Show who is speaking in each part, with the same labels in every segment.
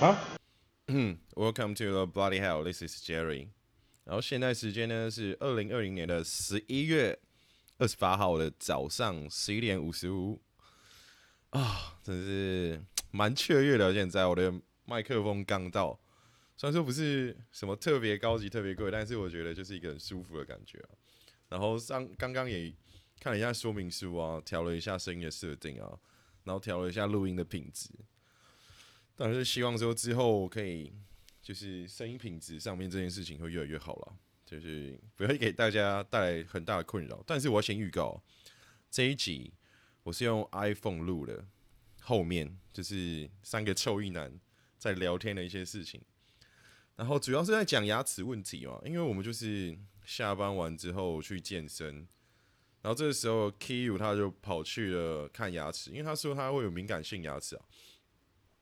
Speaker 1: 啊，
Speaker 2: Welcome to the bloody hell. This is Jerry. 然后现在时间呢是二零二零年的十一月二十八号的早上十一点五十五啊，真是蛮雀跃的。现在我的麦克风刚到，虽然说不是什么特别高级、特别贵，但是我觉得就是一个很舒服的感觉啊、然后上刚刚也看了一下说明书啊，调了一下声音的设定啊，然后调了一下录音的品质。当然是希望说之后可以就是声音品质上面这件事情会越来越好了，就是不要给大家带来很大的困扰。但是我要先预告，这一集我是用 iPhone 录的，后面就是三个臭一男在聊天的一些事情，然后主要是在讲牙齿问题嘛，因为我们就是下班完之后去健身。然后这个时候，Kiu 他就跑去了看牙齿，因为他说他会有敏感性牙齿啊。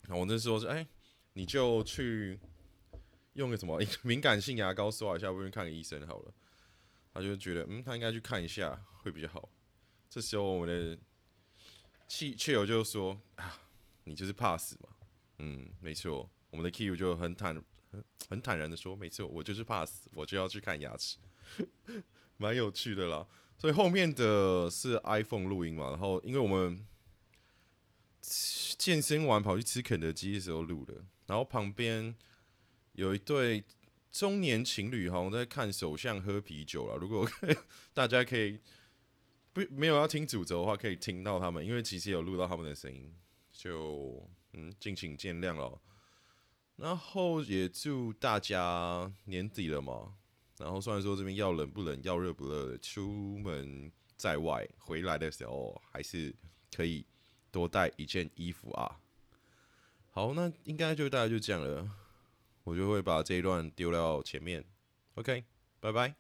Speaker 2: 然后我那时候说，哎、你就去用个什么 敏感性牙膏刷一下，不用看个医生好了。他就觉得，嗯，他应该去看一下会比较好。这时候我们的气雀友就说，啊，你就是怕死嘛。嗯，没错，我们的 Q 就很坦很很坦然的说，没错，我就是怕死，我就要去看牙齿， 蛮有趣的啦。所以后面的是 iPhone 录音嘛，然后因为我们健身完跑去吃肯德基的时候录的，然后旁边有一对中年情侣，好像在看首相喝啤酒啊了。如果大家可以不没有要听主轴的话，啊可以听到他们，因为其实有录到他们的声音，就嗯，敬请见谅了。然后也祝大家年底了嘛，然后虽然说这边要冷不冷，要热不热的，出门在外回来的时候还是可以多带一件衣服啊。好，那应该就大概就这样了，我就会把这一段丢到前面。OK，拜拜。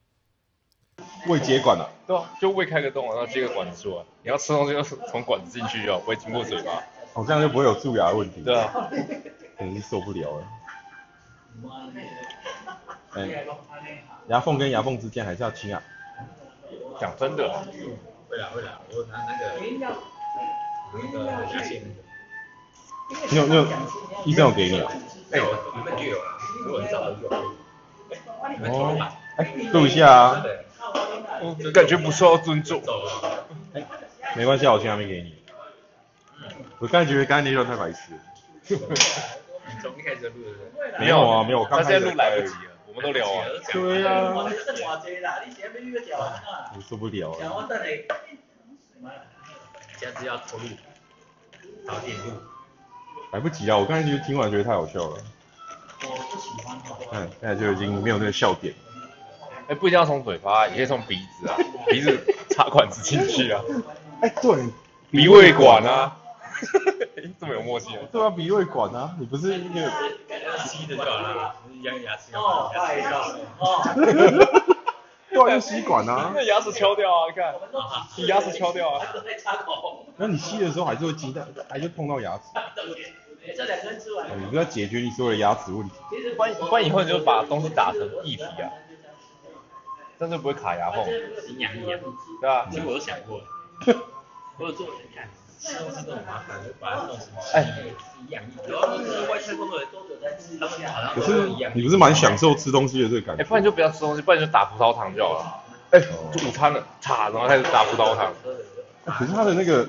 Speaker 1: 未接管了、
Speaker 3: 对啊，就胃开个洞啊，然后接个管子住啊。你要吃东西就是从管子进去就好，不会经过嘴巴。
Speaker 1: 哦，这样就不会有蛀牙的问题。
Speaker 3: 对，啊，
Speaker 1: 真是受不了了。哎、牙缝跟牙缝之间还是要清啊。
Speaker 3: 讲真的啊，
Speaker 4: 会啦会啦，我拿那个那个
Speaker 5: 呃
Speaker 4: 牙线那个，
Speaker 1: 你有你有，医生有给你啊？
Speaker 4: 哎、我你们就有啊，我很早就有，
Speaker 1: 哦，哎、录一下啊，
Speaker 3: 我感觉不受到尊重。
Speaker 1: 没关系啊，我钱还没给你。我刚才觉得刚才那段太白痴了。
Speaker 4: 你从一开始录的，
Speaker 1: 没有啊，没有，我刚
Speaker 3: 他
Speaker 1: 开
Speaker 3: 现
Speaker 1: 始
Speaker 3: 在录来不及了，我们都聊完。
Speaker 1: 对啊，
Speaker 5: 我
Speaker 1: 我受不了了。
Speaker 4: 下次要投入，早点录，
Speaker 1: 来不及啊！我刚才就听完觉得太好笑了，
Speaker 5: 不喜欢的话，
Speaker 1: 嗯，现在就已经没有那个笑点。
Speaker 3: 哎，不一定要从嘴巴，也可以从鼻子啊，鼻子插管子进去啊，
Speaker 1: 哎、对，
Speaker 3: 鼻胃管啊。这么有默契啊！
Speaker 1: 对啊，鼻胃管啊，你不是那个
Speaker 4: 要吸的就好了，你养牙齿
Speaker 5: 哦
Speaker 4: 要，
Speaker 5: 太到了，哦，
Speaker 1: 对啊，就吸管啊。
Speaker 3: 那牙齿敲掉啊！你看，你牙齿敲掉啊！
Speaker 5: 还在插口，
Speaker 1: 那你吸的时候还是会挤到，还是碰到牙齿。哎
Speaker 5: 这两根吃完，
Speaker 1: 你不要解决你所有的牙齿问题。
Speaker 5: 其实
Speaker 3: 不然不然以后你就把东西打成液体啊，但是不会卡牙缝，
Speaker 4: 你养一养，
Speaker 3: 对啊吧、
Speaker 4: 这我都想过了，我有做人看，吃东西都很麻烦，我把它弄成一样，然后你是外太空人，
Speaker 5: 都有在吃
Speaker 4: 他们好像
Speaker 1: 可
Speaker 4: 都
Speaker 1: 是
Speaker 4: 一样，
Speaker 1: 你不是蛮享受吃东西的这个感觉？
Speaker 3: 哎、不然就不要吃东西，不然就打葡萄糖就好了。哎、就午餐了，嚓，然后开始打葡萄糖。
Speaker 1: 可是它的那个，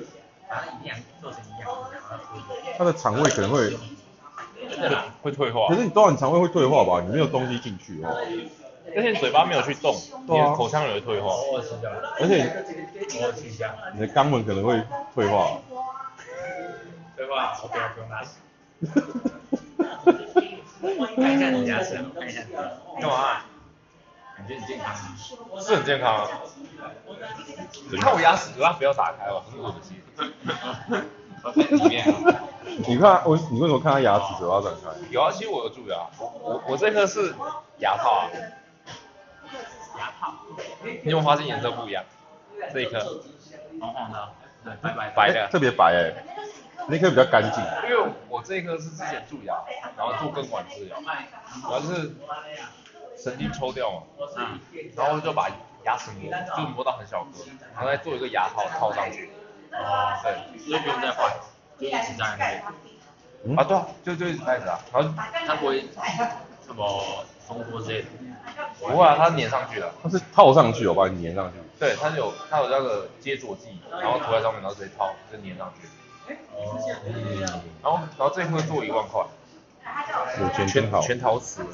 Speaker 4: 把它一样做成一样，然后它
Speaker 1: 它的肠胃可能会，
Speaker 4: 真的啦，
Speaker 3: 会退化
Speaker 1: 可，是你多少肠胃会退化吧？你没有东西进去哦，
Speaker 3: 但是你嘴巴没有去动，你
Speaker 1: 对啊
Speaker 3: 的口腔也会退化。
Speaker 4: 我吃掉了，
Speaker 1: 而且
Speaker 4: 我吃一下，
Speaker 1: 你的肛门可能会退化。
Speaker 4: 对吧？我不要不用拉屎。看一下你牙齿，看一下你牙齿。干嘛、
Speaker 3: 啊
Speaker 4: 感觉很健康。
Speaker 3: 是很健康啊。你看我牙齿，嘴巴不要打开了，哦很恶心。
Speaker 4: 我在里面啊。
Speaker 1: 你看我，你为什么看它牙齿嘴巴展开？
Speaker 3: 有啊，其实我有蛀牙，我我这个是牙套啊。你有没有发现颜色不一样？这一颗
Speaker 4: 黄黄的，对，白白
Speaker 3: 白
Speaker 1: 哎
Speaker 3: 的，
Speaker 1: 特别白哎、那颗比较干净。
Speaker 3: 因为我这一颗是之前蛀牙，然后做根管治疗，然后就是神经抽掉嘛，
Speaker 4: 嗯，
Speaker 3: 然后就把牙齿磨，就磨到很小颗，然后再做一个牙套套上去。
Speaker 4: 哦，对，就不用再换，就一直在那边。
Speaker 1: 嗯
Speaker 3: 啊，对啊，就就是那样子啊，然后
Speaker 4: 他不会什么风波之类的，
Speaker 3: 不会啊，它粘上去了，
Speaker 1: 它是套上去，我哦把你粘上去。
Speaker 3: 对，它有它有那个接着剂，然后涂在上面，然后直接套就粘上去，然后然后这一颗做一万块，
Speaker 1: 五千真好，
Speaker 3: 全陶瓷的，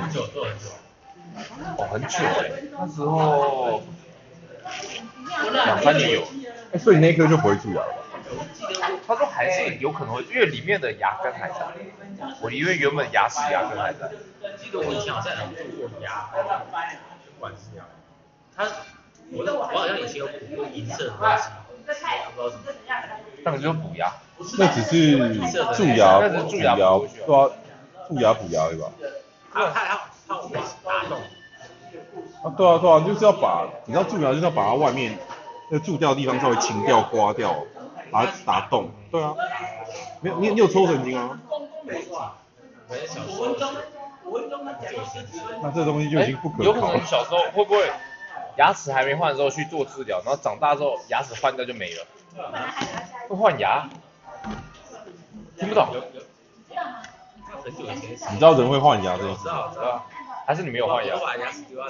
Speaker 4: 很久做很久。
Speaker 3: 哦，很久哎、那时候
Speaker 5: 两
Speaker 3: 两三年有，
Speaker 1: 哎，所以那一颗就不会蛀牙了吧？
Speaker 3: 他说还是有可能会，因为里面的牙根还在，我因为原本牙齿牙根还在，
Speaker 4: 记得我以前好像有做过牙管治疗，他我我好像以前有补过银色的东西，不知道什么，
Speaker 3: 那个就是补牙，
Speaker 1: 那只是蛀牙，
Speaker 3: 那只是
Speaker 1: 补
Speaker 3: 蛀
Speaker 1: 牙，
Speaker 3: 牙
Speaker 1: 对啊，蛀牙补牙对吧？
Speaker 4: 他他他他我打洞，
Speaker 1: 啊，对啊，对啊，就是要把，你知道蛀牙就是要把它外面那个蛀掉的地方稍微清掉、刮掉，把它打洞。对啊，没有，你你有抽神经啊？
Speaker 4: 我在小时候
Speaker 1: 那这东西就已经不可
Speaker 3: 哎有可
Speaker 1: 考了
Speaker 3: 能。小时候会不会牙齿还没换的时候去做治疗，然后长大之后牙齿换掉就没了，会换牙，听不懂，
Speaker 4: 很久以前
Speaker 1: 你知道人会换牙这件事
Speaker 4: 知道知
Speaker 3: 对吧
Speaker 4: 道，
Speaker 3: 还是你没有换牙
Speaker 4: 我，把牙齿丢到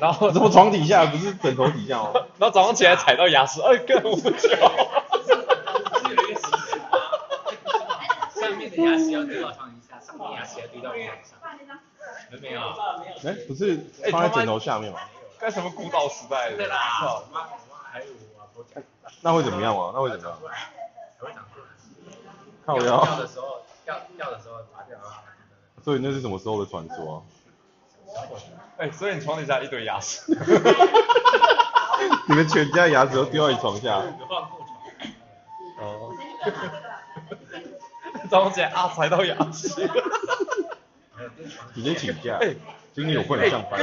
Speaker 3: 然后
Speaker 1: 吗？怎么床底下不是枕头底下吗？哦
Speaker 3: 然后早上起来踩到牙齿，哎，更无趣哦。
Speaker 4: 上面的牙齿要丢到床底下，上面牙齿要丢到床上，没有？
Speaker 1: 哎，不是放在枕头下面吗？
Speaker 3: 干什么古早时代
Speaker 4: 对
Speaker 3: 的？
Speaker 4: 啦，
Speaker 3: 操
Speaker 4: 我妈我妈还有我阿婆讲，
Speaker 1: 那会怎么样吗？那会怎么样？
Speaker 4: 还会长出来，
Speaker 1: 靠
Speaker 4: 掉掉
Speaker 1: 腰
Speaker 4: 的。时候掉掉的时候拔掉啊。
Speaker 1: 所以那是什么时候的传 说啊？
Speaker 3: 哎、所以你床底下一堆牙齿，
Speaker 1: 你们全家牙齿都丢在你床下，
Speaker 3: 早上起来啊踩到牙齿，
Speaker 1: 直接请假
Speaker 3: 哎。
Speaker 1: 今天有不能上班。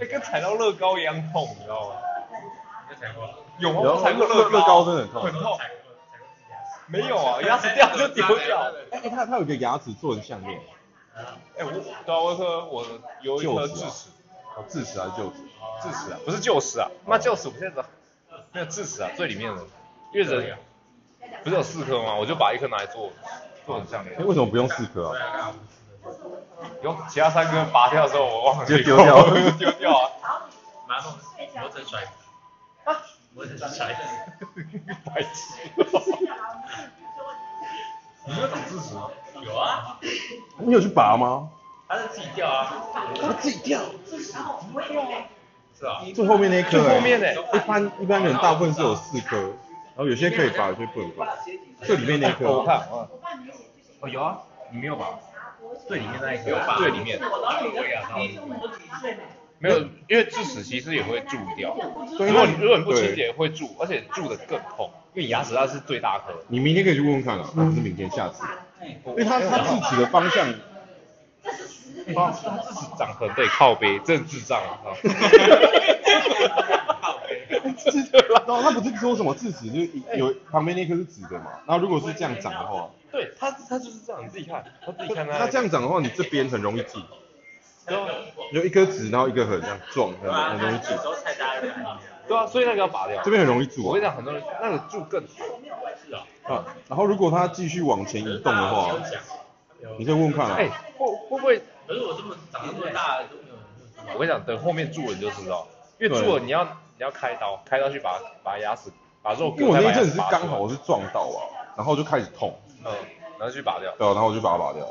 Speaker 3: 哎、跟踩到乐高一样痛，你知道吗？有吗？
Speaker 1: 有
Speaker 3: 我踩过
Speaker 1: 乐
Speaker 3: 高，
Speaker 1: 乐高真的很痛
Speaker 3: 很痛。没有
Speaker 4: 哦
Speaker 3: 啊，牙齿掉就丢掉。
Speaker 1: 哎，哎它它有一个牙齿做成项链，
Speaker 3: 哎、我对啊，我有一颗我有一颗智齿，
Speaker 1: 哦，智齿还是臼齿？
Speaker 3: 智齿啊，不是臼齿啊，妈臼齿不是的，那个智齿啊最里面的，因为人不是有四颗吗？我就把一颗拿来做做成项链
Speaker 1: 哎，，为什么不用四颗啊？
Speaker 3: 有其他三颗拔掉之后我忘了
Speaker 1: 就丢掉了
Speaker 3: 丢掉啊。
Speaker 4: 马桶磨成甩，磨成甩，
Speaker 3: 白痴。哦
Speaker 4: 有啊，
Speaker 1: 你有去拔吗？
Speaker 4: 它是自己掉啊，
Speaker 1: 它自己掉，
Speaker 4: 是啊，
Speaker 1: 最后面那一颗。
Speaker 3: 最
Speaker 1: 哎
Speaker 3: 后面欸
Speaker 1: 一般一般人大部分是有四颗，然后有些可以拔，有些不能拔。最里面那一颗。
Speaker 3: 我看啊，哦有啊，你没有吧？最里面那一颗，最里面没有，因为智齿其实也会蛀掉。
Speaker 1: 对
Speaker 3: 如果你如果你不
Speaker 1: 对
Speaker 3: 清洁会蛀，而且蛀的更痛，因为牙齿它是最大颗的。
Speaker 1: 你明天可以去问问看啊，啊不是明天，下次，
Speaker 3: 嗯
Speaker 1: 因为它它自己的方向，
Speaker 3: 哇，它智齿长很对靠背，真智障 啊！ 靠
Speaker 1: 是然后它不是说什么智齿就是有旁边那颗是直的嘛，然后如果是这样长的话，
Speaker 3: 对，它它就是这样，你自己看，它自己看它。
Speaker 1: 它这样长的话，你这边很容易挤，
Speaker 3: 对啊，
Speaker 1: 有一颗直，然后一颗很这样撞，很很容易挤，
Speaker 4: 有时候菜单
Speaker 3: 对啊，所以那个要拔掉。
Speaker 1: 这边很容易蛀
Speaker 3: 我跟你
Speaker 1: 啊。
Speaker 3: 讲，很多人那个蛀更痛。
Speaker 1: 啊然后如果它继续往前移动的话，你再问问看
Speaker 3: 哎，
Speaker 1: 啊。
Speaker 3: 会会不会
Speaker 4: 可是我这么长这么大都没有人问
Speaker 3: 我跟你讲，等后面蛀了你就知道，因为
Speaker 1: 对
Speaker 3: 蛀了你要你要开刀，开刀去把把牙齿把肉
Speaker 1: 因
Speaker 3: 割
Speaker 1: 为我
Speaker 3: 开，
Speaker 1: 那
Speaker 3: 把
Speaker 1: 一
Speaker 3: 牙
Speaker 1: 阵
Speaker 3: 齿
Speaker 1: 子是
Speaker 3: 拔出来
Speaker 1: 刚好是撞到啊，然后就开始痛，
Speaker 3: 嗯，然后去拔掉。
Speaker 1: 对啊，然后我就把它拔掉。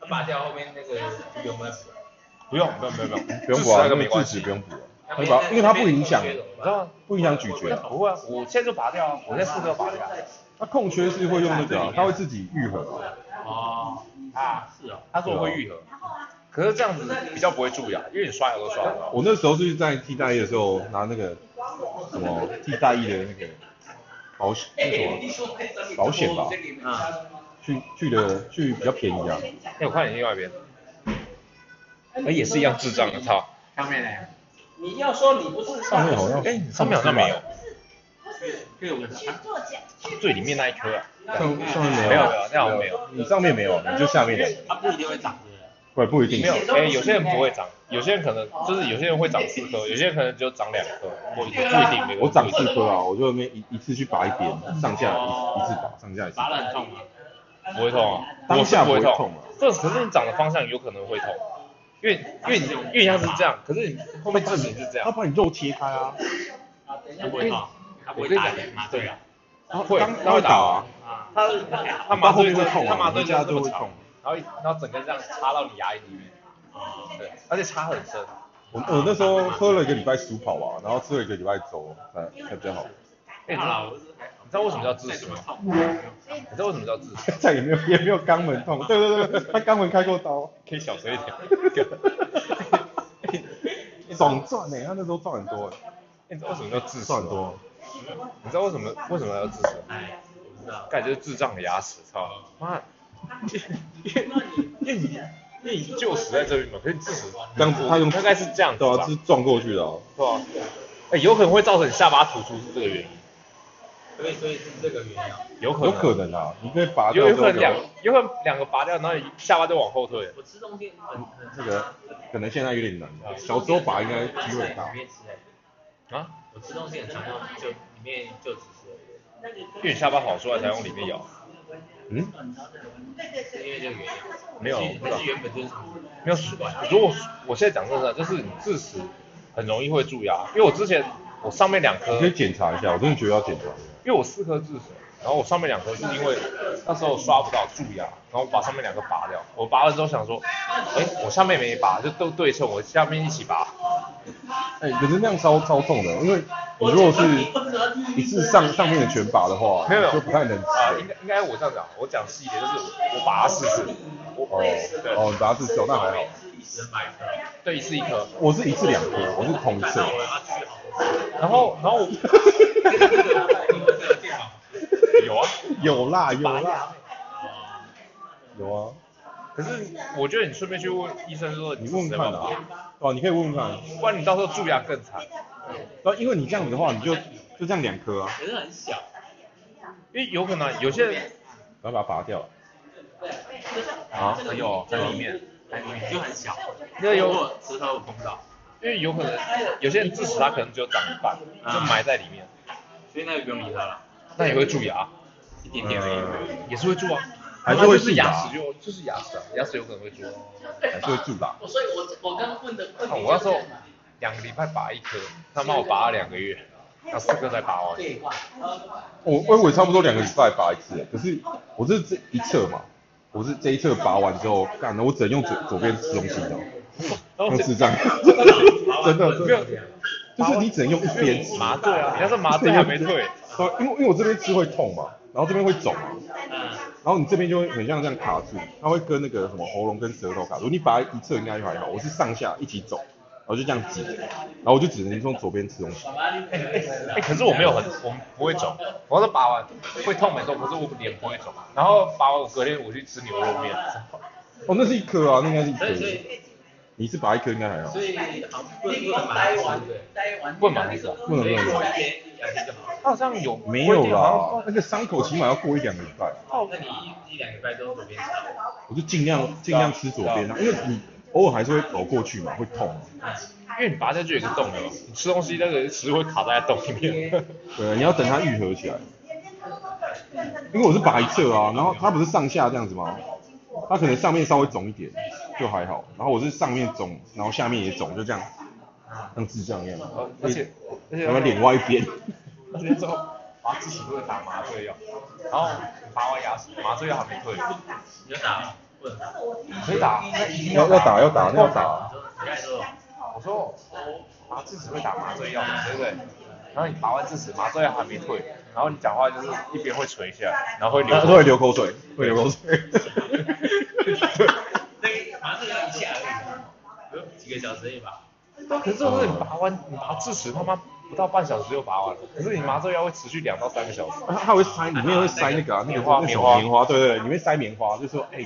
Speaker 4: 他拔掉后面那个有没有？
Speaker 3: 不用不用不用不 用，
Speaker 1: 不用补
Speaker 3: 智齿
Speaker 1: 啊，
Speaker 3: 那
Speaker 1: 那
Speaker 3: 个
Speaker 1: 个
Speaker 3: 没
Speaker 1: 没
Speaker 3: 关
Speaker 1: 关
Speaker 3: 系
Speaker 1: 系，不用补啊。可以吧？因为它不影响，
Speaker 3: 你知道吗？
Speaker 1: 不影响咀嚼。
Speaker 3: 不会啊，我现在就拔掉啊，我现在四颗拔掉啊。
Speaker 1: 它空缺是会用那个、啊，它会自己愈合、啊。
Speaker 4: 哦啊，是哦，
Speaker 3: 他说我会愈合，可是这样子比较不会蛀牙，因为你刷牙都刷不到。
Speaker 1: 我那时候是在替代役的时候拿那个什么替代役的那个保险，那什么保险吧，
Speaker 4: 啊，
Speaker 1: 去去的去比较便宜啊。
Speaker 3: 哎，我看你另外一边，哎，也是一样智障的，操！
Speaker 4: 上面啊呢？
Speaker 5: 你要说你不是
Speaker 1: 上面好像
Speaker 3: 哎，上面好像没有，
Speaker 4: 这有个啥？
Speaker 3: 最里面那一颗啊，
Speaker 1: 上上面
Speaker 3: 没有
Speaker 1: 没有，
Speaker 3: 没有，那好像没有。
Speaker 1: 你上面没有，你就下面两个，
Speaker 4: 它不一定会长的。
Speaker 1: 不不一定
Speaker 3: 没。有，哎、有些人不会长，有些人可能就是有些人会长四颗，有些人可能只有长两颗，我不一定每个人不一定。
Speaker 1: 我长四颗啊，我就那边一一次去拔一边，上下一一次拔，上下一次拔。
Speaker 4: 了很痛吗？
Speaker 3: 不会痛啊，
Speaker 1: 当
Speaker 3: 我是
Speaker 1: 下
Speaker 3: 不会
Speaker 1: 不会
Speaker 3: 痛
Speaker 1: 痛啊
Speaker 3: 这可是你长的方向有可能会痛，因为因为你因为你像是这样，可是你后面证明是
Speaker 1: 他
Speaker 3: 这样，
Speaker 1: 把你肉切开啊，
Speaker 4: 不会痛，他不
Speaker 3: 我
Speaker 4: 会
Speaker 3: 跟你
Speaker 4: 打
Speaker 3: 讲
Speaker 4: 人嘛，，哎对
Speaker 3: 对
Speaker 4: 啊，，
Speaker 1: 然后
Speaker 3: 会
Speaker 1: 当
Speaker 3: 他
Speaker 1: 然
Speaker 3: 会
Speaker 1: 会
Speaker 3: 打
Speaker 1: 打啊，
Speaker 4: 啊，
Speaker 3: 他他麻
Speaker 1: 到后
Speaker 3: 醉
Speaker 1: 面
Speaker 3: 针
Speaker 1: 会痛啊
Speaker 3: 他麻醉
Speaker 1: 人家
Speaker 3: 针这
Speaker 1: 都
Speaker 3: 么
Speaker 1: 会
Speaker 3: 长
Speaker 1: 痛，
Speaker 3: 然后然后整个这样插到你牙龈里面，对，而且插很深，哎
Speaker 1: 我我那时候喝了一个礼拜舒跑啊吧，然后吃了一个礼拜粥，呃才才比较好，
Speaker 3: 哎，你
Speaker 4: 好
Speaker 3: 知
Speaker 4: 啦
Speaker 3: 道
Speaker 4: 我是还好
Speaker 3: 你知道为什么叫自
Speaker 4: 再
Speaker 3: 私
Speaker 4: 怎么
Speaker 3: 吗？
Speaker 4: 痛，
Speaker 3: 你知道为什么叫自私？
Speaker 1: 再也没有也没有肛门痛，对对对，对他肛门开过刀，
Speaker 3: 可以小声一 点。
Speaker 1: 总赚呢，他那时候赚很多欸，
Speaker 3: 你知道为什么叫自私
Speaker 1: 赚
Speaker 3: 吗
Speaker 1: 很？多，
Speaker 3: 你知道为什么为什么要自私吗？
Speaker 4: 哎，我不知道，
Speaker 3: 感就是智障的牙齿，操！妈，因为因为你因为你就死在这边嘛，可是你致死
Speaker 1: 这样子他用
Speaker 3: 大概是这样子
Speaker 1: 对
Speaker 3: 吧
Speaker 1: 啊，，是撞过去的啊，
Speaker 3: 是吧？哎，有可能会造成你下巴突出是这个原因，
Speaker 4: 所以所以是这个原因，啊
Speaker 3: 有可
Speaker 1: 有
Speaker 3: 能，
Speaker 1: 可能啊，你被拔掉
Speaker 3: 有有
Speaker 1: 之后
Speaker 3: 可
Speaker 1: 就
Speaker 3: 能两有可能两个拔掉，然后你下巴就往后退。
Speaker 4: 我吃东西很很
Speaker 1: 这个可能现在有点难，小时候拔应该机会很大
Speaker 4: 里。面吃哎，
Speaker 3: 啊，
Speaker 4: 我吃东西很常用就里面就只是，
Speaker 3: 因为你下巴好出来才往里面咬，
Speaker 1: 嗯，
Speaker 4: 因啊为这个原因，
Speaker 3: 没有，不知
Speaker 4: 还
Speaker 3: 道
Speaker 4: 是原本就是
Speaker 3: 没有是，
Speaker 4: 啊
Speaker 3: 如果我现在讲真的，就是你智齿很容易会蛀牙，因为我之前我上面两颗
Speaker 1: 你可以检查一下，我真的觉得要检查一下。
Speaker 3: 因为我四颗智齿，然后我上面两颗是因为那时候刷不到蛀牙，然后我把上面两个拔掉。我拔了之后想说，哎，我下面没拔，就都对称，我下面一起拔。
Speaker 1: 哎、可是那样超超痛的，因为你如果是一次上上面的全拔的话，
Speaker 3: 没有没有
Speaker 1: 就不太能吃。
Speaker 3: 啊、应该应该我这样讲，我讲细一点，就是我拔了四次，我
Speaker 1: 哦
Speaker 3: 对
Speaker 1: 哦，你把它吃掉，那还好。
Speaker 4: 是一时百克，
Speaker 3: 对一次一颗，
Speaker 1: 我是一次两颗，我是同
Speaker 4: 看
Speaker 1: 色
Speaker 4: 到。我要去好多
Speaker 3: 然后然后 我有啊，
Speaker 1: 有啦有啦，有啊，
Speaker 3: 可是我觉得你顺便去问医生说
Speaker 1: 你
Speaker 3: 你
Speaker 1: 问问
Speaker 3: 问什
Speaker 1: 看
Speaker 3: 么
Speaker 1: 啊，哦，你可以问问看。
Speaker 3: 不然你到时候蛀牙更惨，
Speaker 1: 那因为你这样子的话，你就就这样两颗啊，
Speaker 4: 可是很小，
Speaker 3: 因为有可能啊有些人
Speaker 1: 然后把它拔掉。
Speaker 3: 啊有在里面。
Speaker 4: 哎，就很小，
Speaker 3: 那有
Speaker 4: 如果石头我碰到，
Speaker 3: 因为有可能有些人智齿它可能只有长一半，
Speaker 1: 啊
Speaker 3: 就埋在里面，
Speaker 4: 所以那就不用理它了，
Speaker 3: 那也会蛀牙，
Speaker 4: 一点点而已。
Speaker 3: 也是会蛀啊，
Speaker 1: 还是会
Speaker 3: 就是
Speaker 1: 蛀
Speaker 3: 牙
Speaker 1: 牙
Speaker 3: 齿就就是牙齿啊，牙齿有可能会蛀。
Speaker 1: 还是会蛀吧。
Speaker 6: 所以我我刚问的问
Speaker 3: 看
Speaker 6: 题
Speaker 3: 我那
Speaker 6: 就
Speaker 3: 时候
Speaker 6: 是
Speaker 3: 两个礼拜拔一颗，他妈我拔了两个月，那四颗才拔完，
Speaker 1: 我我我也差不多两个礼拜拔一次，欸可是我是这一侧嘛，我是这一侧拔完之后，干，我只能用左左边吃东西的，
Speaker 3: 然后
Speaker 1: 像智障，真的真
Speaker 3: 没有
Speaker 1: 的，就是你只能用一边吃。
Speaker 3: 麻醉啊，你要是麻醉还没退，
Speaker 1: 对，啊因为因为我这边吃会痛嘛，然后这边会肿嘛，然后你这边就会很像这样卡住，它会跟那个什么喉咙跟舌头卡住。你把它一侧应该就还好，我是上下一起走，然后就这样挤，然后我就只能从左边吃东西。
Speaker 3: 哎、可是我没有很，我们不会肿，我是拔完会痛没痛，可是我脸不会肿，然后拔完我隔天我去吃牛肉面，
Speaker 1: 哦，那是一颗啊，那应该是一
Speaker 4: 所以所
Speaker 1: 颗。
Speaker 4: 以
Speaker 1: 你是拔一颗应该还好
Speaker 4: 所。以好不能不能买完对，
Speaker 3: 问嘛那个，
Speaker 1: 不能不能
Speaker 4: 过一天两天就好。
Speaker 3: 好像有
Speaker 1: 没有
Speaker 3: 规定好像
Speaker 1: 啦，那个伤口起码要过一两个礼拜，
Speaker 4: 那你一一两个礼拜都左边擦，
Speaker 1: 我就尽量尽量吃左边啊，因为你偶尔还是会走过去嘛，会痛。
Speaker 3: 因为你拔下去有个洞的嘛，你吃东西那个食物会卡在洞里面。
Speaker 1: 对，你要等它愈合起来。因为我是白色啊，然后它不是上下这样子吗？它可能上面稍微肿一点，就还好。然后我是上面肿，然后下面也肿，就这样，像智障一样。
Speaker 3: 而且而且
Speaker 1: 然后脸歪一边。
Speaker 3: 而且之后拔智齿都会打麻醉药，然后拔完牙齿麻醉药还没退，
Speaker 4: 你就打了，不能打。
Speaker 3: 可以打，那一定
Speaker 1: 要要打要打要打。
Speaker 4: 你看说，
Speaker 3: 我说拔智齿会打麻醉药嘛，对不对？然后你拔完智齿麻醉药还没退，然后你讲话就是一边会垂下来，然后会流
Speaker 1: 都会 流口水，会流口水。
Speaker 4: 那个麻醉药一下而已，几个小时而已吧。
Speaker 3: 可是我是你拔完你拔智齿他妈不到半小时就拔完了，可是你麻醉药会持续两到三个小时。
Speaker 1: 它哦它会塞，里面会塞那个啊，那个那个什么棉花，对对对，里面塞棉花，就说哎，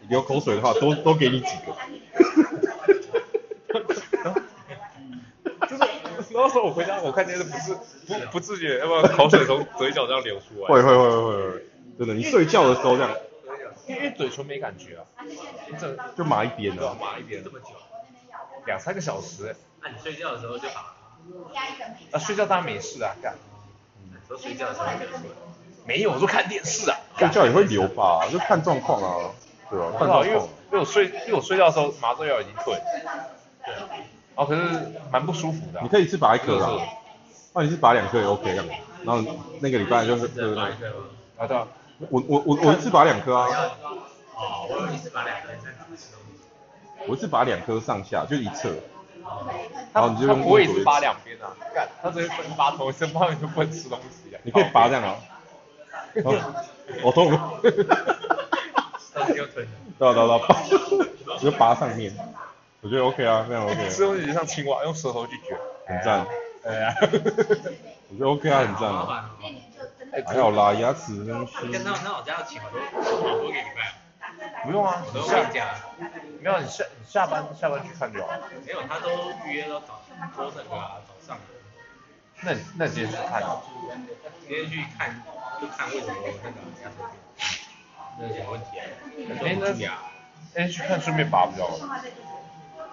Speaker 1: 你流口水的话，多多给你 几个。
Speaker 3: 就是那时候我回家，我看见的不是不不自觉，要不然口水从嘴角这样流出来。
Speaker 1: 会会会会会，真的，你睡觉的时候这样
Speaker 3: 因为因为嘴唇没感觉啊，你整
Speaker 1: 就麻一边啊
Speaker 3: 都要
Speaker 1: 了。
Speaker 3: 麻一点
Speaker 4: 这，么久，
Speaker 3: 两三个小时、
Speaker 4: 那你睡觉的时候就好了，
Speaker 3: 哎呃那、睡觉当然没事啊，干。
Speaker 1: 嗯
Speaker 4: 有时候睡觉的时候就睡。
Speaker 3: 没有，我说看电视啊。
Speaker 1: 睡觉也会流吧，就看状况啊，对吧、
Speaker 3: 我
Speaker 1: 看
Speaker 3: 知道
Speaker 1: 状
Speaker 3: 因为
Speaker 1: 况
Speaker 3: 因。为我睡，因为我睡觉的时候麻醉药已经退了，然后可是蛮不舒服的啊、
Speaker 1: 你可以一次拔一颗啦
Speaker 3: 就是，
Speaker 1: 那、你是拔两颗也 OK 啊。然后那个礼拜就是
Speaker 4: 只能拔
Speaker 1: 喝
Speaker 4: 一颗吗？
Speaker 3: 啊对啊，
Speaker 1: 我我我我一次拔两颗啊，
Speaker 4: 哦，我有一次把两个人在打其中一个
Speaker 1: 我一次拔两颗上下，就一侧，然
Speaker 3: 他
Speaker 1: 后你就
Speaker 3: 他
Speaker 1: 用
Speaker 3: 不会一
Speaker 1: 左边
Speaker 3: 直拔
Speaker 1: 吃
Speaker 3: 两边啊，干，他直接分八头身，不然你就不能吃东西啊。
Speaker 1: 你可以拔这样啊。哦好痛！对
Speaker 4: 到底又吞了。
Speaker 1: 啊对啊对 啊，拔，你就拔上面，我觉得 OK 啊，这样 OK，
Speaker 3: 哎吃东西就像青蛙，用舌头去嚼。
Speaker 1: 很赞，
Speaker 3: 哎呀，
Speaker 1: 我觉得 OK 啊，很赞
Speaker 4: 好麻
Speaker 1: 啊。
Speaker 4: 烦哦。
Speaker 3: 哎
Speaker 1: 还好啦，牙齿那东
Speaker 4: 跟
Speaker 1: 西
Speaker 4: 他，们那我家要请好多好多个礼拜，
Speaker 3: 不用啊，
Speaker 4: 我
Speaker 3: 你
Speaker 4: 都
Speaker 3: 下
Speaker 4: 放假，
Speaker 3: 没有你下你下班下班去看就好了。
Speaker 4: 没有他都预约到早周那个啊早上，
Speaker 3: 那你那你直接去看啊。
Speaker 4: 直接去看就看为什么那个啊牙齿变，那有什么问题啊？
Speaker 3: 哎那
Speaker 4: 蛀牙，
Speaker 3: 哎去看顺便拔不就好了？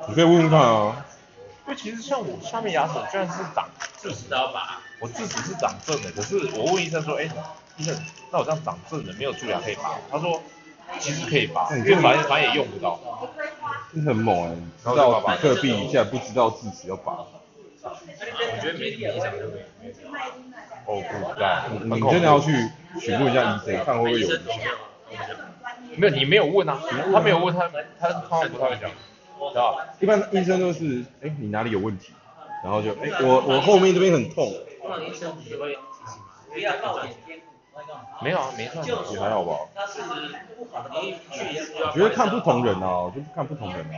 Speaker 1: 你可以问问看啊。
Speaker 3: 因为其实像我下面牙齿居然是长
Speaker 4: 智齿都要拔，
Speaker 3: 我智齿是长正的，可是我问医生说，哎、医生，那我这样长正的没有蛀牙可以拔？他说其实可以拔，
Speaker 1: 那
Speaker 3: 因
Speaker 1: 你
Speaker 3: 为
Speaker 1: 就
Speaker 3: 反正反正也用不到。
Speaker 1: 哦真的很猛哎、你知
Speaker 3: 然后
Speaker 1: 道
Speaker 3: 就拔
Speaker 1: 比特币一下，不知道自己要拔。
Speaker 4: 我觉得没什么影响就没有。
Speaker 3: 哦，不知道，
Speaker 1: 你
Speaker 3: 很
Speaker 1: 嗯你
Speaker 3: 恐怖
Speaker 1: 真的要去询问一下医生，看会不会有
Speaker 4: 医
Speaker 1: 问
Speaker 4: 生
Speaker 1: 题。
Speaker 4: 都没
Speaker 3: 没有
Speaker 4: 有，
Speaker 3: 你没有问啊，他没有问他，他通常不太会讲，知道吧？
Speaker 1: 一般医生都是，哎、你哪里有问题？然后就，哎、我我后面这边很痛，
Speaker 4: 通常医生只会提醒嘛，
Speaker 5: 不要到眼睛，我会干嘛
Speaker 3: 没有啊，没算
Speaker 1: 也还好吧。
Speaker 5: 那是不好的东西。
Speaker 4: 去一次
Speaker 1: 我觉得看不同人啊，我觉得看不同人啊，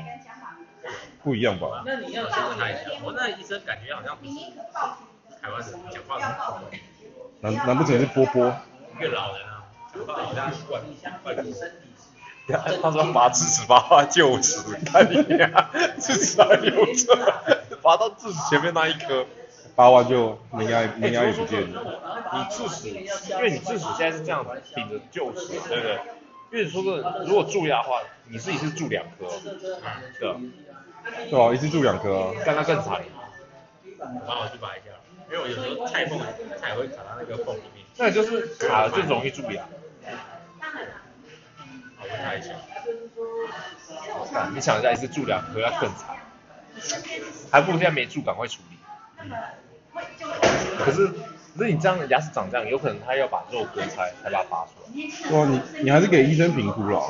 Speaker 1: 不一样吧？
Speaker 5: 那你要
Speaker 4: 要先问他一下，我那医生感觉好像不是台湾人，讲话很口音，
Speaker 1: 难难不成是波波？
Speaker 4: 一个老人啊，讲话好像怪怪异。
Speaker 3: 他说拔智齿拔到臼齿，看你啊， 智齿还留着，拔到智齿前面那一颗。
Speaker 1: 拔完就门牙门牙也不见了。
Speaker 3: 你智齿，因为你智齿现在是这样子顶着臼齿，对不对？因为你说真的，如果蛀牙的话，你自己是蛀两颗，对啊，
Speaker 1: 对啊，一次蛀两颗啊、
Speaker 3: 但它更惨。
Speaker 4: 帮我去拔一下，因为我有时候菜缝菜也会卡到那个缝里面，
Speaker 3: 那就是卡了就容易蛀牙。
Speaker 4: 我问他一下。
Speaker 3: 干你想一下，一次蛀两颗要更惨，还不如现在没蛀赶快处理。可是，可是你这样牙齿长这样，有可能他要把肉割开才把它拔出来。
Speaker 1: 对啊，你你还是给医生评估啦。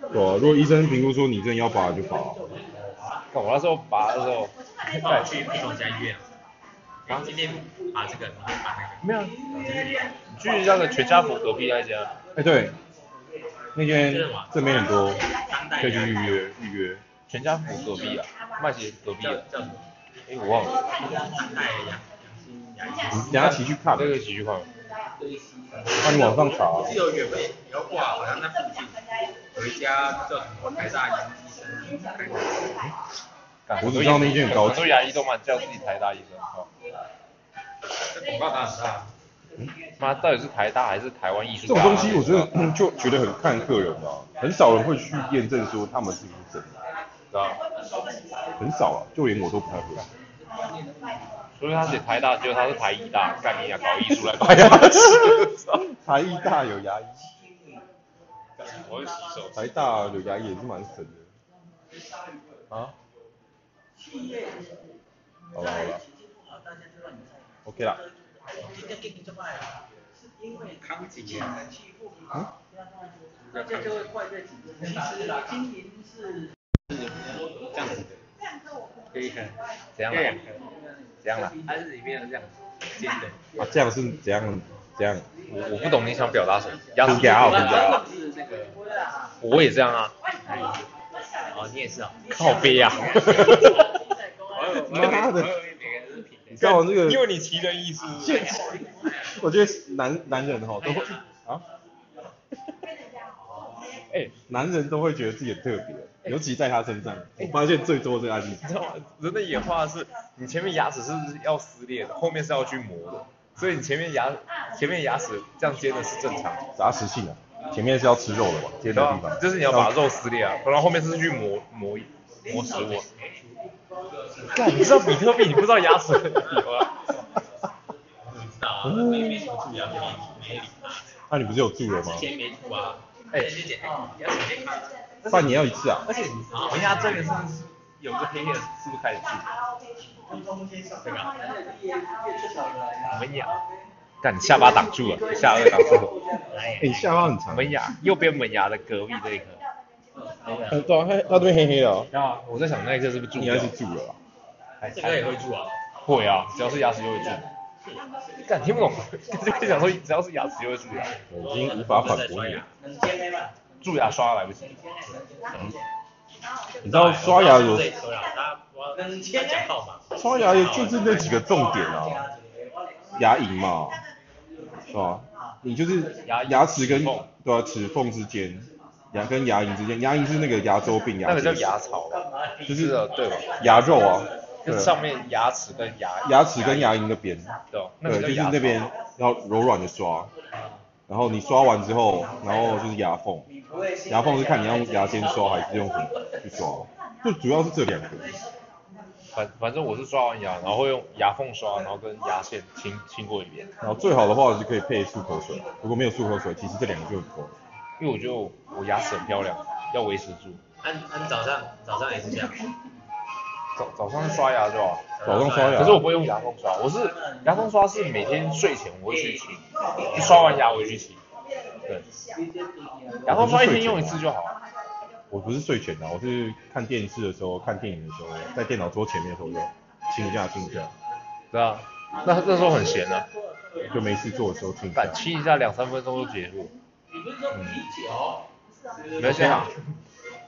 Speaker 1: 对啊，如果医生评估说你真的要拔你就拔，
Speaker 3: 干我那时候拔的时候，
Speaker 4: 帮我去不同家医院啊。然后今天把这个，呃明天把那个。
Speaker 3: 没有啊，你去那个全家福隔壁那一家，
Speaker 1: 哎、对，那间这边很多，
Speaker 4: 当代
Speaker 1: 可以去预约预约。
Speaker 3: 全家福隔壁啊，麦杰隔壁
Speaker 4: 叫
Speaker 3: 啊，
Speaker 4: 叫什么？
Speaker 3: 哎，我忘了，
Speaker 4: 当代牙良心牙医。
Speaker 1: 你等一下骑去看
Speaker 3: 那，个喜剧看，
Speaker 1: 那你网上查、
Speaker 4: 我记得我原本也要挂，好像在附近有一家叫什么台大医生看过。
Speaker 3: 干
Speaker 1: 我只知道那一间很高级
Speaker 3: 很多牙医都蛮叫自己台大医生，哦靠
Speaker 4: 这广告打很大，
Speaker 3: 妈到底是台大还是台湾艺术
Speaker 1: 这
Speaker 3: 大
Speaker 1: 种东
Speaker 3: 学？
Speaker 1: 西我真的 嗯就觉得很看个人啊，很少人会去验证说他们是不是真的，
Speaker 3: 知道吗，啊
Speaker 1: 很少啊，就连我都不太会。
Speaker 3: 所以他写台大，结果他是台医大，干你俩搞艺术来搞
Speaker 1: 哎呀
Speaker 3: 牙齿，
Speaker 1: 台艺大有牙医，
Speaker 3: 我会洗手。
Speaker 1: 台大有牙医也是蛮神的。啊？好了好了，OK 啦。
Speaker 4: 康吉啊，
Speaker 5: 那这就会怪这几个。其实啦，经营是
Speaker 4: 这样子的，可以看，
Speaker 3: 怎样
Speaker 1: 啊
Speaker 4: 可以
Speaker 3: 啦
Speaker 4: 看？，
Speaker 3: 怎样啦？
Speaker 4: 它是里面的这样子尖的，
Speaker 1: 啊，这样是怎样？怎样？
Speaker 3: 我我不懂你想表达什么。牙
Speaker 1: 很假哦
Speaker 3: 很
Speaker 1: 很假
Speaker 3: 假
Speaker 1: 哦
Speaker 3: 哦。
Speaker 4: 是那个
Speaker 3: 我也这样啊，
Speaker 4: 哦，你也是哦。
Speaker 3: 靠背 啊。
Speaker 1: 妈的！
Speaker 4: 每个人是平的
Speaker 1: 你。知道这个？
Speaker 3: 因为你奇人异事。
Speaker 1: 现我觉得男男人哈都会啊，
Speaker 3: 哎，
Speaker 1: 男人都会觉得自己很特别，尤其在他身上，
Speaker 3: 哎
Speaker 1: 我发现最多这个案例
Speaker 3: 你。知道吗？人的演化是，你前面牙齿是要撕裂的，后面是要去磨的，所以你前面牙前面牙齿这样尖的是正常的。
Speaker 1: 杂食性啊，前面是要吃肉的嘛，尖
Speaker 3: 对
Speaker 1: 的
Speaker 3: 啊
Speaker 1: 地方，
Speaker 3: 就是你要把肉撕裂啊，不然后面是去磨磨磨食物啊。干，你知道比特币，你不知道牙齿有啊？
Speaker 4: 不知道啊，后没没什么蛀牙，没没理它。
Speaker 1: 那、你不是有蛀了吗
Speaker 4: 之？前没蛀啊，
Speaker 3: 哎
Speaker 4: 哎，师姐，哎你要小心看。
Speaker 1: 半年要一次啊？
Speaker 3: 而且你人家这个上是有个黑黑的，是不是开始蛀？
Speaker 5: 对吧？
Speaker 3: 门牙，干你下巴挡住了，下颚挡住了，
Speaker 1: 哎、你下巴很长。
Speaker 3: 门牙右边门牙的隔壁这一颗。
Speaker 1: 呃对啊，它它这边黑黑的、哦，
Speaker 3: 啊，我在想那一颗是不是蛀
Speaker 1: 应
Speaker 3: 掉
Speaker 1: 该？是蛀了吧？啊
Speaker 3: 还
Speaker 4: 这个也会蛀啊，
Speaker 3: 会啊，只要是牙齿就会蛀。干听不懂，就会想说只要是牙齿就会蛀牙，
Speaker 1: 我已经无法反驳你了。
Speaker 3: 蛀牙刷来不及。
Speaker 1: 你知道刷牙有
Speaker 4: 这一颗啦，大家不要跟讲号码。
Speaker 1: 刷牙也就是那几个重点啊，牙龈嘛，是吧？你就是
Speaker 3: 牙龈
Speaker 1: 牙齿跟
Speaker 3: 齿缝
Speaker 1: 对啊齿缝之间，牙跟牙龈之间，牙龈是那个牙周病，牙
Speaker 3: 那个
Speaker 1: 结
Speaker 3: 叫
Speaker 1: 石
Speaker 3: 牙槽啊吧，
Speaker 1: 就是
Speaker 3: 的，对吧？
Speaker 1: 牙肉啊，
Speaker 3: 就
Speaker 1: 对
Speaker 3: 是
Speaker 1: 啊，
Speaker 3: 上面牙齿跟牙
Speaker 1: 牙齿跟牙龈那边，
Speaker 3: 对吧，那
Speaker 1: 对，
Speaker 3: 个
Speaker 1: 就是
Speaker 3: 叫牙槽
Speaker 1: 那边要柔软的刷，然后你刷完之后，然后就是牙缝，牙缝是看你要用牙尖刷还是用什么去刷，就主要是这两个，
Speaker 3: 反反正我是刷完牙，然后会用牙缝刷，然后跟牙线清清过一遍，
Speaker 1: 然后最好的话是可以配漱口水，如果没有漱口水，其实这两个就很够了。
Speaker 3: 因为我觉得我我牙齿很漂亮，要维持住。
Speaker 4: 按按早上早上也是这样，
Speaker 3: 早早上刷牙就好，
Speaker 1: 早上刷牙
Speaker 3: 可是我不会用牙缝刷，我是牙缝刷是每天睡前我会去清，一刷完牙我就去清。对，牙缝刷一天用一次就好了。
Speaker 1: 我不是睡前啊的，我是看电视的时候、看电影的时候，在电脑桌前面的时候就清一下、清一下，
Speaker 3: 对啊，那那时候很闲啊，
Speaker 1: 就没事做的时候清一下
Speaker 3: 敢。清一下两三分钟就结束，没关系啊，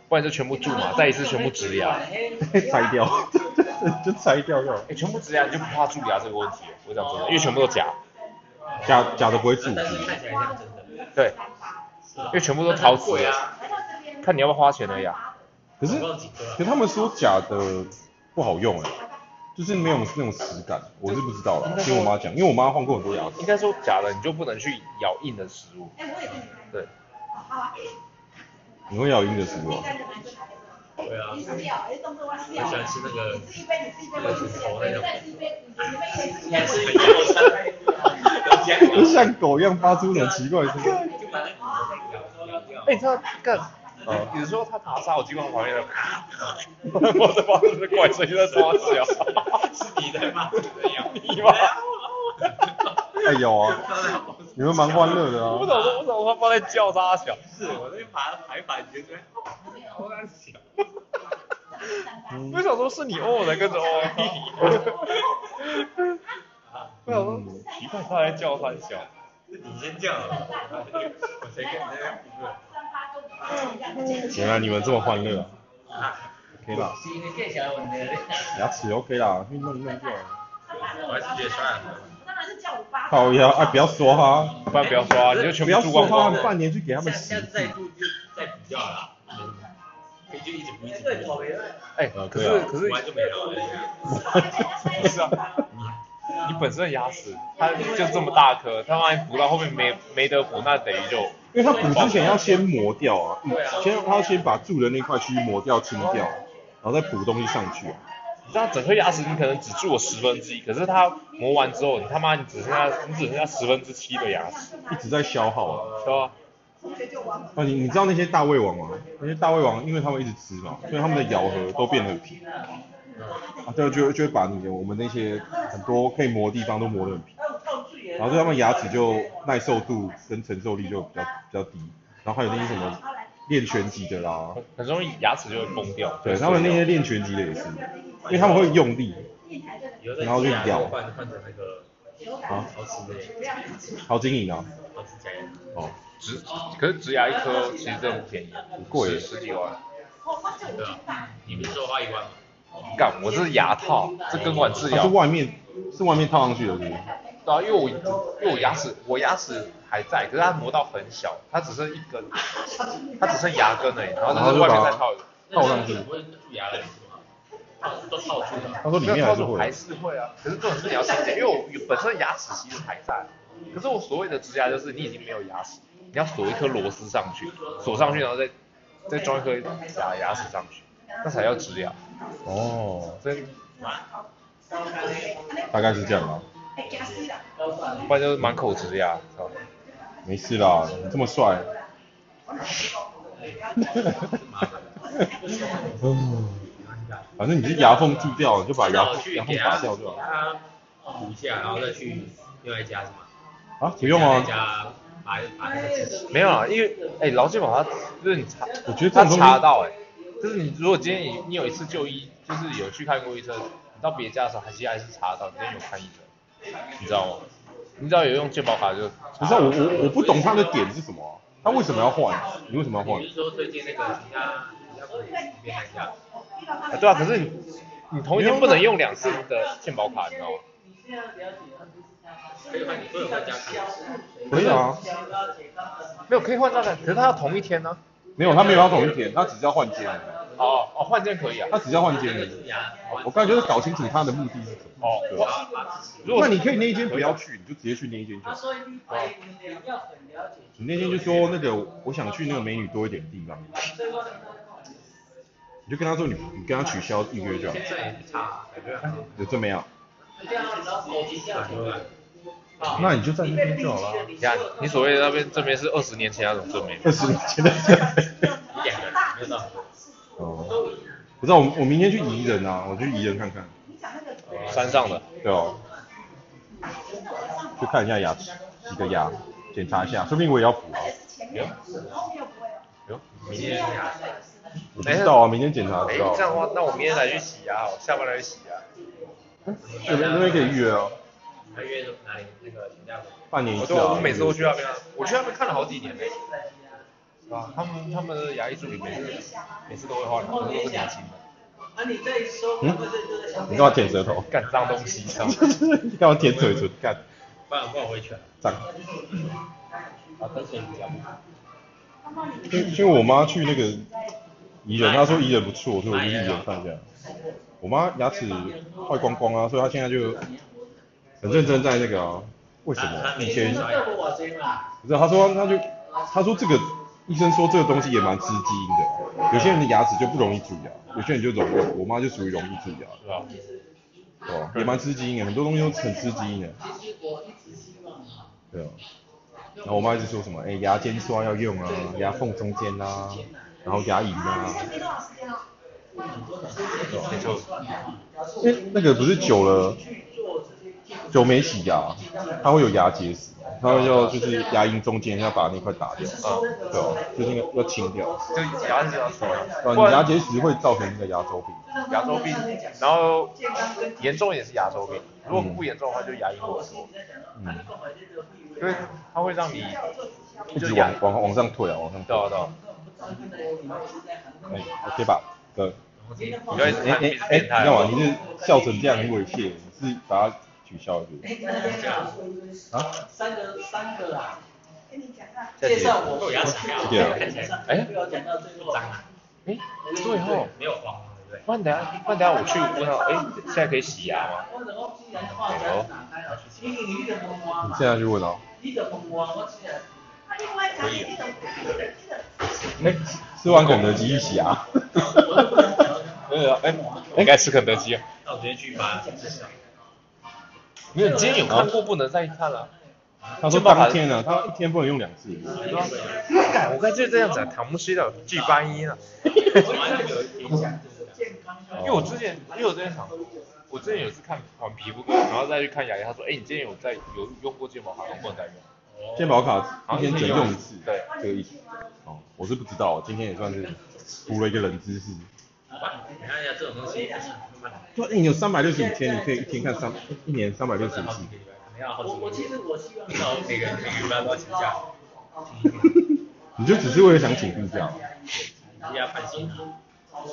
Speaker 3: 不然就全部蛀嘛，再一次全部植牙。
Speaker 1: 拆掉， 就拆掉就好。
Speaker 3: 哎、全部植牙你就不怕蛀牙这个问题了，我讲真的，因为全部都假，
Speaker 1: 假假的不会蛀
Speaker 4: 但是看
Speaker 1: 皮，
Speaker 4: 起来像真的。
Speaker 3: 对，因为全部都陶瓷
Speaker 4: 贵
Speaker 3: 的，
Speaker 4: 啊，
Speaker 3: 看你要不要花钱而已啊。
Speaker 1: 可是
Speaker 4: 我忘记多
Speaker 1: 可是
Speaker 4: 了。
Speaker 1: 他们说假的不好用哎、就是没
Speaker 3: 哦
Speaker 1: 有那种实感，我是不知道啦，听我妈讲，因为我妈换过很多牙齿，
Speaker 3: 应该说假的，你就不能去咬硬的食物，对，
Speaker 1: 你会咬龈的食物啊，
Speaker 4: 对啊，我喜欢吃那个那个骨头那种，还是咬餐，有
Speaker 1: 就
Speaker 4: 坚果，
Speaker 1: 像狗一样发出那种奇怪的声 音。
Speaker 4: 就把那骨头咬咬掉
Speaker 3: 哎、。你知道干？
Speaker 1: 哦
Speaker 3: 有时候他爬山，我经过旁边的，我的妈，这怪声音在抓脚，
Speaker 4: 是你的吗？
Speaker 3: 你妈！
Speaker 1: 哎有啊，你们蛮欢乐的
Speaker 3: 我
Speaker 1: 啊。
Speaker 3: 怎么我怎么放在叫他脚？
Speaker 4: 是我在爬排版，你就在好难想。
Speaker 3: 我想说是你哦，我才跟着哦。我想说奇怪，他在叫他脚。
Speaker 4: 你先叫，我谁跟你在
Speaker 1: 原来你们这么欢乐啊，OK 啦，牙齿 OK 啦，运动运动就好了。
Speaker 4: 我还是觉得刷牙很好
Speaker 1: 好呀，哎，不要说哈，
Speaker 3: 不然不要刷，你就
Speaker 1: 哎不
Speaker 3: 全部
Speaker 1: 要
Speaker 3: 输
Speaker 1: 说
Speaker 3: 光
Speaker 1: 哈，
Speaker 3: 光。
Speaker 1: 半年去给他们
Speaker 4: 下 下
Speaker 1: 洗
Speaker 4: 次。再录就再比较啦，可以就一直比一直比，
Speaker 3: 哎、可是可是
Speaker 4: 完就没有了。
Speaker 3: 不是啊，你本身的牙齿它就这么大颗，它万一补到后面没没得补，那等于就
Speaker 1: 因为他补之前要先磨掉啊，先他要先把蛀的那块区域磨掉、清掉，然后再补东西上去啊。
Speaker 3: 你知道整颗牙齿你可能只蛀了十分之一，可是它磨完之后，你他妈你只剩下你只剩下十分之七的牙齿，
Speaker 1: 一直在消耗啊。
Speaker 3: 对吧、
Speaker 1: 啊，你你知道那些大胃王吗？那些大胃 王，因为他们一直吃嘛，所以他们的咬合都变得很平。啊，对，就会就会把你的我们那些很多可以磨的地方都磨得很平，然后对他们牙齿就耐受度跟承受力就比较比较低。然后还有那些什么练拳击的啦，
Speaker 3: 很很容易牙齿就会崩掉。
Speaker 1: 对他们那些练拳击的也是，因为他们会用力，
Speaker 4: 以后再
Speaker 1: 然后就
Speaker 4: 假牙
Speaker 1: 咬
Speaker 4: 换换成那个
Speaker 1: 啊
Speaker 4: 陶瓷的
Speaker 1: 陶晶莹啊，
Speaker 4: 陶瓷假牙，
Speaker 1: 哦，
Speaker 3: 植，可是植牙一颗其实真的不便宜，很
Speaker 1: 贵
Speaker 3: 十十几万。
Speaker 4: 对啊，你不是说花一万吗？
Speaker 3: 干，我这是牙套，这根管治
Speaker 1: 它
Speaker 3: 疗
Speaker 1: 是。外面是外面套上去的，是不是？
Speaker 3: 对啊，因为我因为我牙齿我牙齿还在，可是它磨到很小，它只剩一根，它只剩牙根而已，然后它是外面再套一个。
Speaker 1: 套上去
Speaker 4: 那你不会蛀牙了是吗？套都套住了，
Speaker 1: 他说里面还是会
Speaker 3: 还
Speaker 1: 有，
Speaker 3: 是会啊，可是重点是你要清洁，因为我本身牙齿其实还在，可是我所谓的植牙就是你已经没有牙齿，你要锁一颗螺丝上去，锁上去然后再再装一颗假牙齿上去，那才叫植牙。
Speaker 1: 哦，
Speaker 3: 所以
Speaker 1: 大概是这样啊。
Speaker 4: 哎，假死啦！
Speaker 3: 不然就是满口直牙，知道吗
Speaker 1: 没事啦，你这么帅。嗯反正你是牙缝蛀掉了，就把
Speaker 5: 那
Speaker 1: 牙
Speaker 5: 我
Speaker 1: 缝
Speaker 5: 去
Speaker 1: 牙缝
Speaker 5: 给
Speaker 1: 拔
Speaker 5: 他
Speaker 1: 掉就好。
Speaker 5: 他补一下，然后再去另外一家是吗？
Speaker 1: 啊，不用啊
Speaker 5: 另外一，家把把那个刺
Speaker 3: 没有啊，因为哎，劳健保它就是你查，
Speaker 1: 我觉得这
Speaker 3: 他
Speaker 1: 种东
Speaker 3: 查得
Speaker 1: 西，
Speaker 3: 到哎、就是你如果今天你你有一次就医，就是有去看过医生，你到别家的时候还是还是查得到你今天有看医生，你知道吗？你只要有用健保卡就
Speaker 1: 不是啊我我我不懂他的点是什么啊、他为什么要换？你为什么要换
Speaker 5: 你？是说推荐那个其他其他国里面那一家？
Speaker 3: 啊对啊，可是你你同一天不能用两次的健保卡，你知道吗？
Speaker 5: 可以换，你不能换家卡。
Speaker 1: 可以啊，
Speaker 3: 没有可以换照片，可是他要同一天呢、
Speaker 1: 没有，他没有要同一天，他只是要换间而已，
Speaker 3: 哦哦，换件可以啊
Speaker 1: 他。只是要换间而
Speaker 5: 是
Speaker 1: 已。
Speaker 5: 牙，
Speaker 1: 我刚才就是搞清楚他的目的是什么。
Speaker 3: 哦，
Speaker 1: 对
Speaker 3: 哇
Speaker 1: 吧
Speaker 3: 如果
Speaker 1: 那你可以那一间不要去，你就直接去那一间就好。
Speaker 5: 所以你你们要很了解。
Speaker 1: 你那天就说那个我想去那个美女多一点的地方，你就跟他说你你跟他取消预约就好，
Speaker 5: 这也不差，感觉很
Speaker 1: 有这没有？
Speaker 5: 好。
Speaker 1: 那你就在那边就好了。
Speaker 3: 你看你所谓的那边这边是二十年前那种正面，
Speaker 1: 二十年前的事。
Speaker 5: 两个人没有到。
Speaker 1: 哦，不知道我我明天去宜人啊，我去宜人看看，
Speaker 3: 嗯山上的。
Speaker 1: 对哦，去看一下牙齿，几个牙，检查一下，说不定我也要补啊。
Speaker 3: 哟，
Speaker 5: 明天
Speaker 1: 我不知道啊，明天检查
Speaker 3: 哎，
Speaker 1: 知
Speaker 3: 这
Speaker 1: 道
Speaker 3: 样的
Speaker 1: 啊。
Speaker 3: 话，那我明天来去洗牙好，下班来去洗啊牙。
Speaker 1: 那边那边可以预约哦，
Speaker 5: 他约的哪里？那个请假的。
Speaker 1: 半年一
Speaker 3: 我
Speaker 1: 次
Speaker 3: 都
Speaker 1: 啊。
Speaker 3: 哎我每次都去那边啊，我去那边看了好几年嘞。啊，他们他们的牙医助理每次每次都会换，他们都是年轻的，
Speaker 5: 啊，你这一说，
Speaker 1: 嗯你干嘛舔舌头？
Speaker 3: 干脏东西，你 知道吗？
Speaker 1: 你 干嘛舔嘴唇？干，
Speaker 5: 不然不然我会去啊。
Speaker 1: 脏。
Speaker 5: 啊，跟谁比较？
Speaker 1: 因因为我妈去那个宜人，她说宜人不错，所以我就去宜人看一下。我妈牙齿坏光光啊，所以她现在就很认真在那个啊。为什么？以前不是，她说她就她说这个医生说这个东西也蛮吃基因的，有些人的牙齿就不容易蛀牙，有些人就容易，我妈就属于容易蛀牙，
Speaker 3: 是吧？
Speaker 1: 对吧？也蛮吃基因的，很多东西都很吃基因的。对啊。然后我妈一直说什么，哎、牙尖刷要用啊，牙缝中间啊，然后牙龈啊，
Speaker 3: 没错，
Speaker 1: 因为那个不是久了，久没洗牙，它会有牙结石，它会要就是牙龈中间要把那块打掉，
Speaker 3: 啊，
Speaker 1: 对哦，就是那个要清掉，
Speaker 3: 就牙齿要刷，
Speaker 1: 对啊，你牙结石会造成那个牙周病，
Speaker 3: 牙周病，然后严重也是牙周病，如果不严重的话就牙龈萎缩，
Speaker 1: 嗯，
Speaker 3: 因为它会让你
Speaker 1: 一直往往往上退啊，往上退
Speaker 3: 对，啊对啊，
Speaker 1: 哎、o k 吧，哥，
Speaker 3: 你要一直
Speaker 1: 哎
Speaker 3: 看
Speaker 1: 哎
Speaker 3: 病是
Speaker 1: 哎，
Speaker 3: 变
Speaker 1: 你
Speaker 3: 态
Speaker 1: 干嘛？
Speaker 3: 啊，
Speaker 1: 你是笑成这样很猥亵，你是把它取消了是不是？啊，
Speaker 5: 三个三个啦，
Speaker 3: 再
Speaker 5: 介
Speaker 3: 见
Speaker 5: 绍我牙齿
Speaker 1: 对啊
Speaker 5: 看起来
Speaker 3: 哎
Speaker 5: 被我讲到最后
Speaker 6: 脏啊，
Speaker 3: 哎，对吼。
Speaker 6: 没有黄，对
Speaker 3: 不然等下，不然等下我去问他，哎，现在可以洗牙吗？
Speaker 5: 我然后既然话匣子打开了，你你怎么摸
Speaker 1: 你
Speaker 5: 嘛？
Speaker 1: 现在去问哦，
Speaker 5: 你怎么摸？我既然
Speaker 1: 哎、吃完肯德基去洗啊牙，
Speaker 3: 对啊，哎，应该吃肯德基啊。
Speaker 6: 不对？那我直接去把这小
Speaker 3: 没有，你今天有看过不能再看了。
Speaker 1: 他说当天呢、他一天不能用两次，
Speaker 3: 干我刚才就是这样子啊，唐木西的巨班一呢。因为我之前，因为我之前想，我之前有一次看玩皮肤科，然后再去看牙医，他说，哎，你今天有在有用过健保卡，能不能再用？
Speaker 1: 健保卡一天只能用一次，
Speaker 3: 对，
Speaker 1: 这个意思。哦，我是不知道，今天也算是补了一个冷知识。
Speaker 6: 你看一下这种东西，慢慢来，
Speaker 1: 对，哎你有三百六十五天，你可以一天看三一年三百六十五
Speaker 6: 好
Speaker 1: 次
Speaker 6: 几。个礼拜，可能要好
Speaker 5: 我我
Speaker 6: 几
Speaker 5: 其
Speaker 6: 个
Speaker 5: 实我希望
Speaker 6: 礼拜，我每个每个礼拜都要请假，
Speaker 1: 你就只是为了想请病假？
Speaker 6: 人家烦心啊。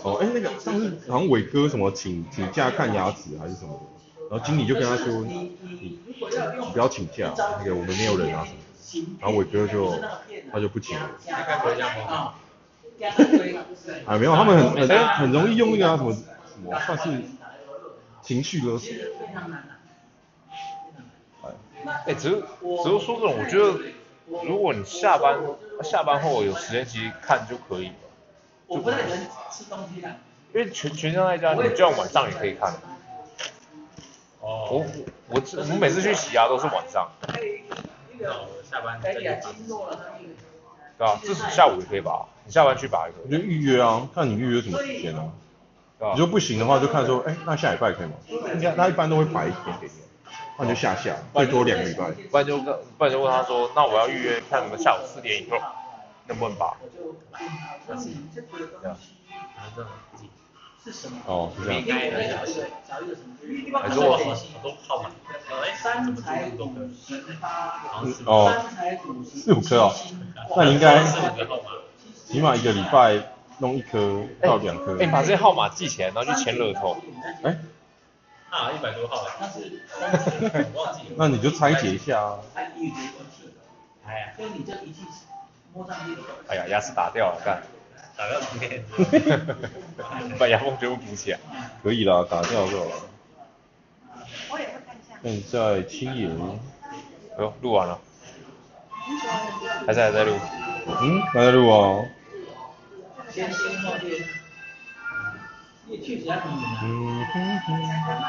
Speaker 1: 哦，哎，那个上次好像伟哥什么请请假看牙齿还是什么的，然后经理就跟他说，你你不要请假，那个我们没有人啊什么的。然后伟哥就他就不请了。
Speaker 6: 大概不会这样吧？
Speaker 1: 啊，没有，他们很很很容易用那个、啊、什么什么算是情绪勒索。
Speaker 3: 哎，只是只是说这种，我觉得如果你下班下班后有时间，其实看就可以了。
Speaker 5: 我不太能吃东西的，
Speaker 3: 因为全全家在家，你就算晚上也可以看。
Speaker 6: 哦，
Speaker 3: 我我我们每次去洗牙都是晚上，
Speaker 4: 那我下班再去拔。
Speaker 3: 对吧？至少下午也可以拔，你下班去拔也可
Speaker 1: 我
Speaker 3: 以，
Speaker 1: 就预约啊，看你预约什么时间啊。
Speaker 3: 对吧
Speaker 1: 你？说不行的话，就看说，哎，那下礼拜可以吗？应该他一般都会排一天给你，那你就下下，最多两个礼拜。
Speaker 3: 不然就跟不然就问他说，那我要预约看你们下午四点以后能不能拔？对啊，
Speaker 4: 然后这种自己
Speaker 1: 哦，是这
Speaker 4: 应
Speaker 1: 样。
Speaker 4: 该很小心，
Speaker 3: 还是
Speaker 4: 如果
Speaker 3: 我
Speaker 4: 好心我都泡满，哎，怎么这么多个？然后四
Speaker 1: 哦，四五颗哦，那你应该
Speaker 4: 四五个号码，
Speaker 1: 起码一个礼拜弄一颗到两颗。
Speaker 3: 哎，你把这些号码记起来，然后去签乐透，
Speaker 1: 哎，
Speaker 4: 啊，一百多号 哎，忘记了。
Speaker 1: 那你就拆解一下啊。
Speaker 4: 哎呀，
Speaker 5: 就你这一去摸上去，
Speaker 3: 哎呀，牙齿打掉了，干，
Speaker 4: 打个明天。
Speaker 3: 把牙缝全部补起来。
Speaker 1: 可以啦，打掉就好了。
Speaker 6: 我也会看一下。
Speaker 1: 那你在青岩，
Speaker 3: 哎呦，录完了，还在还在录，
Speaker 1: 嗯，还在录哦。
Speaker 5: 先先后边，你也确实要很远啊。
Speaker 1: 嗯哼哼，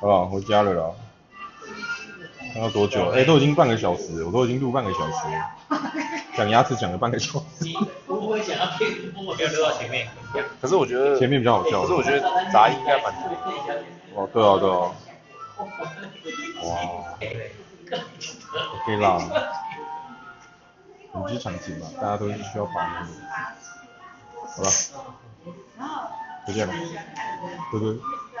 Speaker 1: 好不好？回家了啦。还要多久？哎、都已经半个小时了，我都已经录半个小时了，讲牙齿讲了半个小时，
Speaker 4: 你不会想要骗我？没有留到 前面。
Speaker 3: 可是我觉得
Speaker 1: 前面比较好笑。
Speaker 3: 可是我觉得杂音应该蛮多的。
Speaker 1: 哦，对啊，对啊。哇，OK 啦，很剧场情嘛，大家都是需要把握的。好了，再见了，拜拜。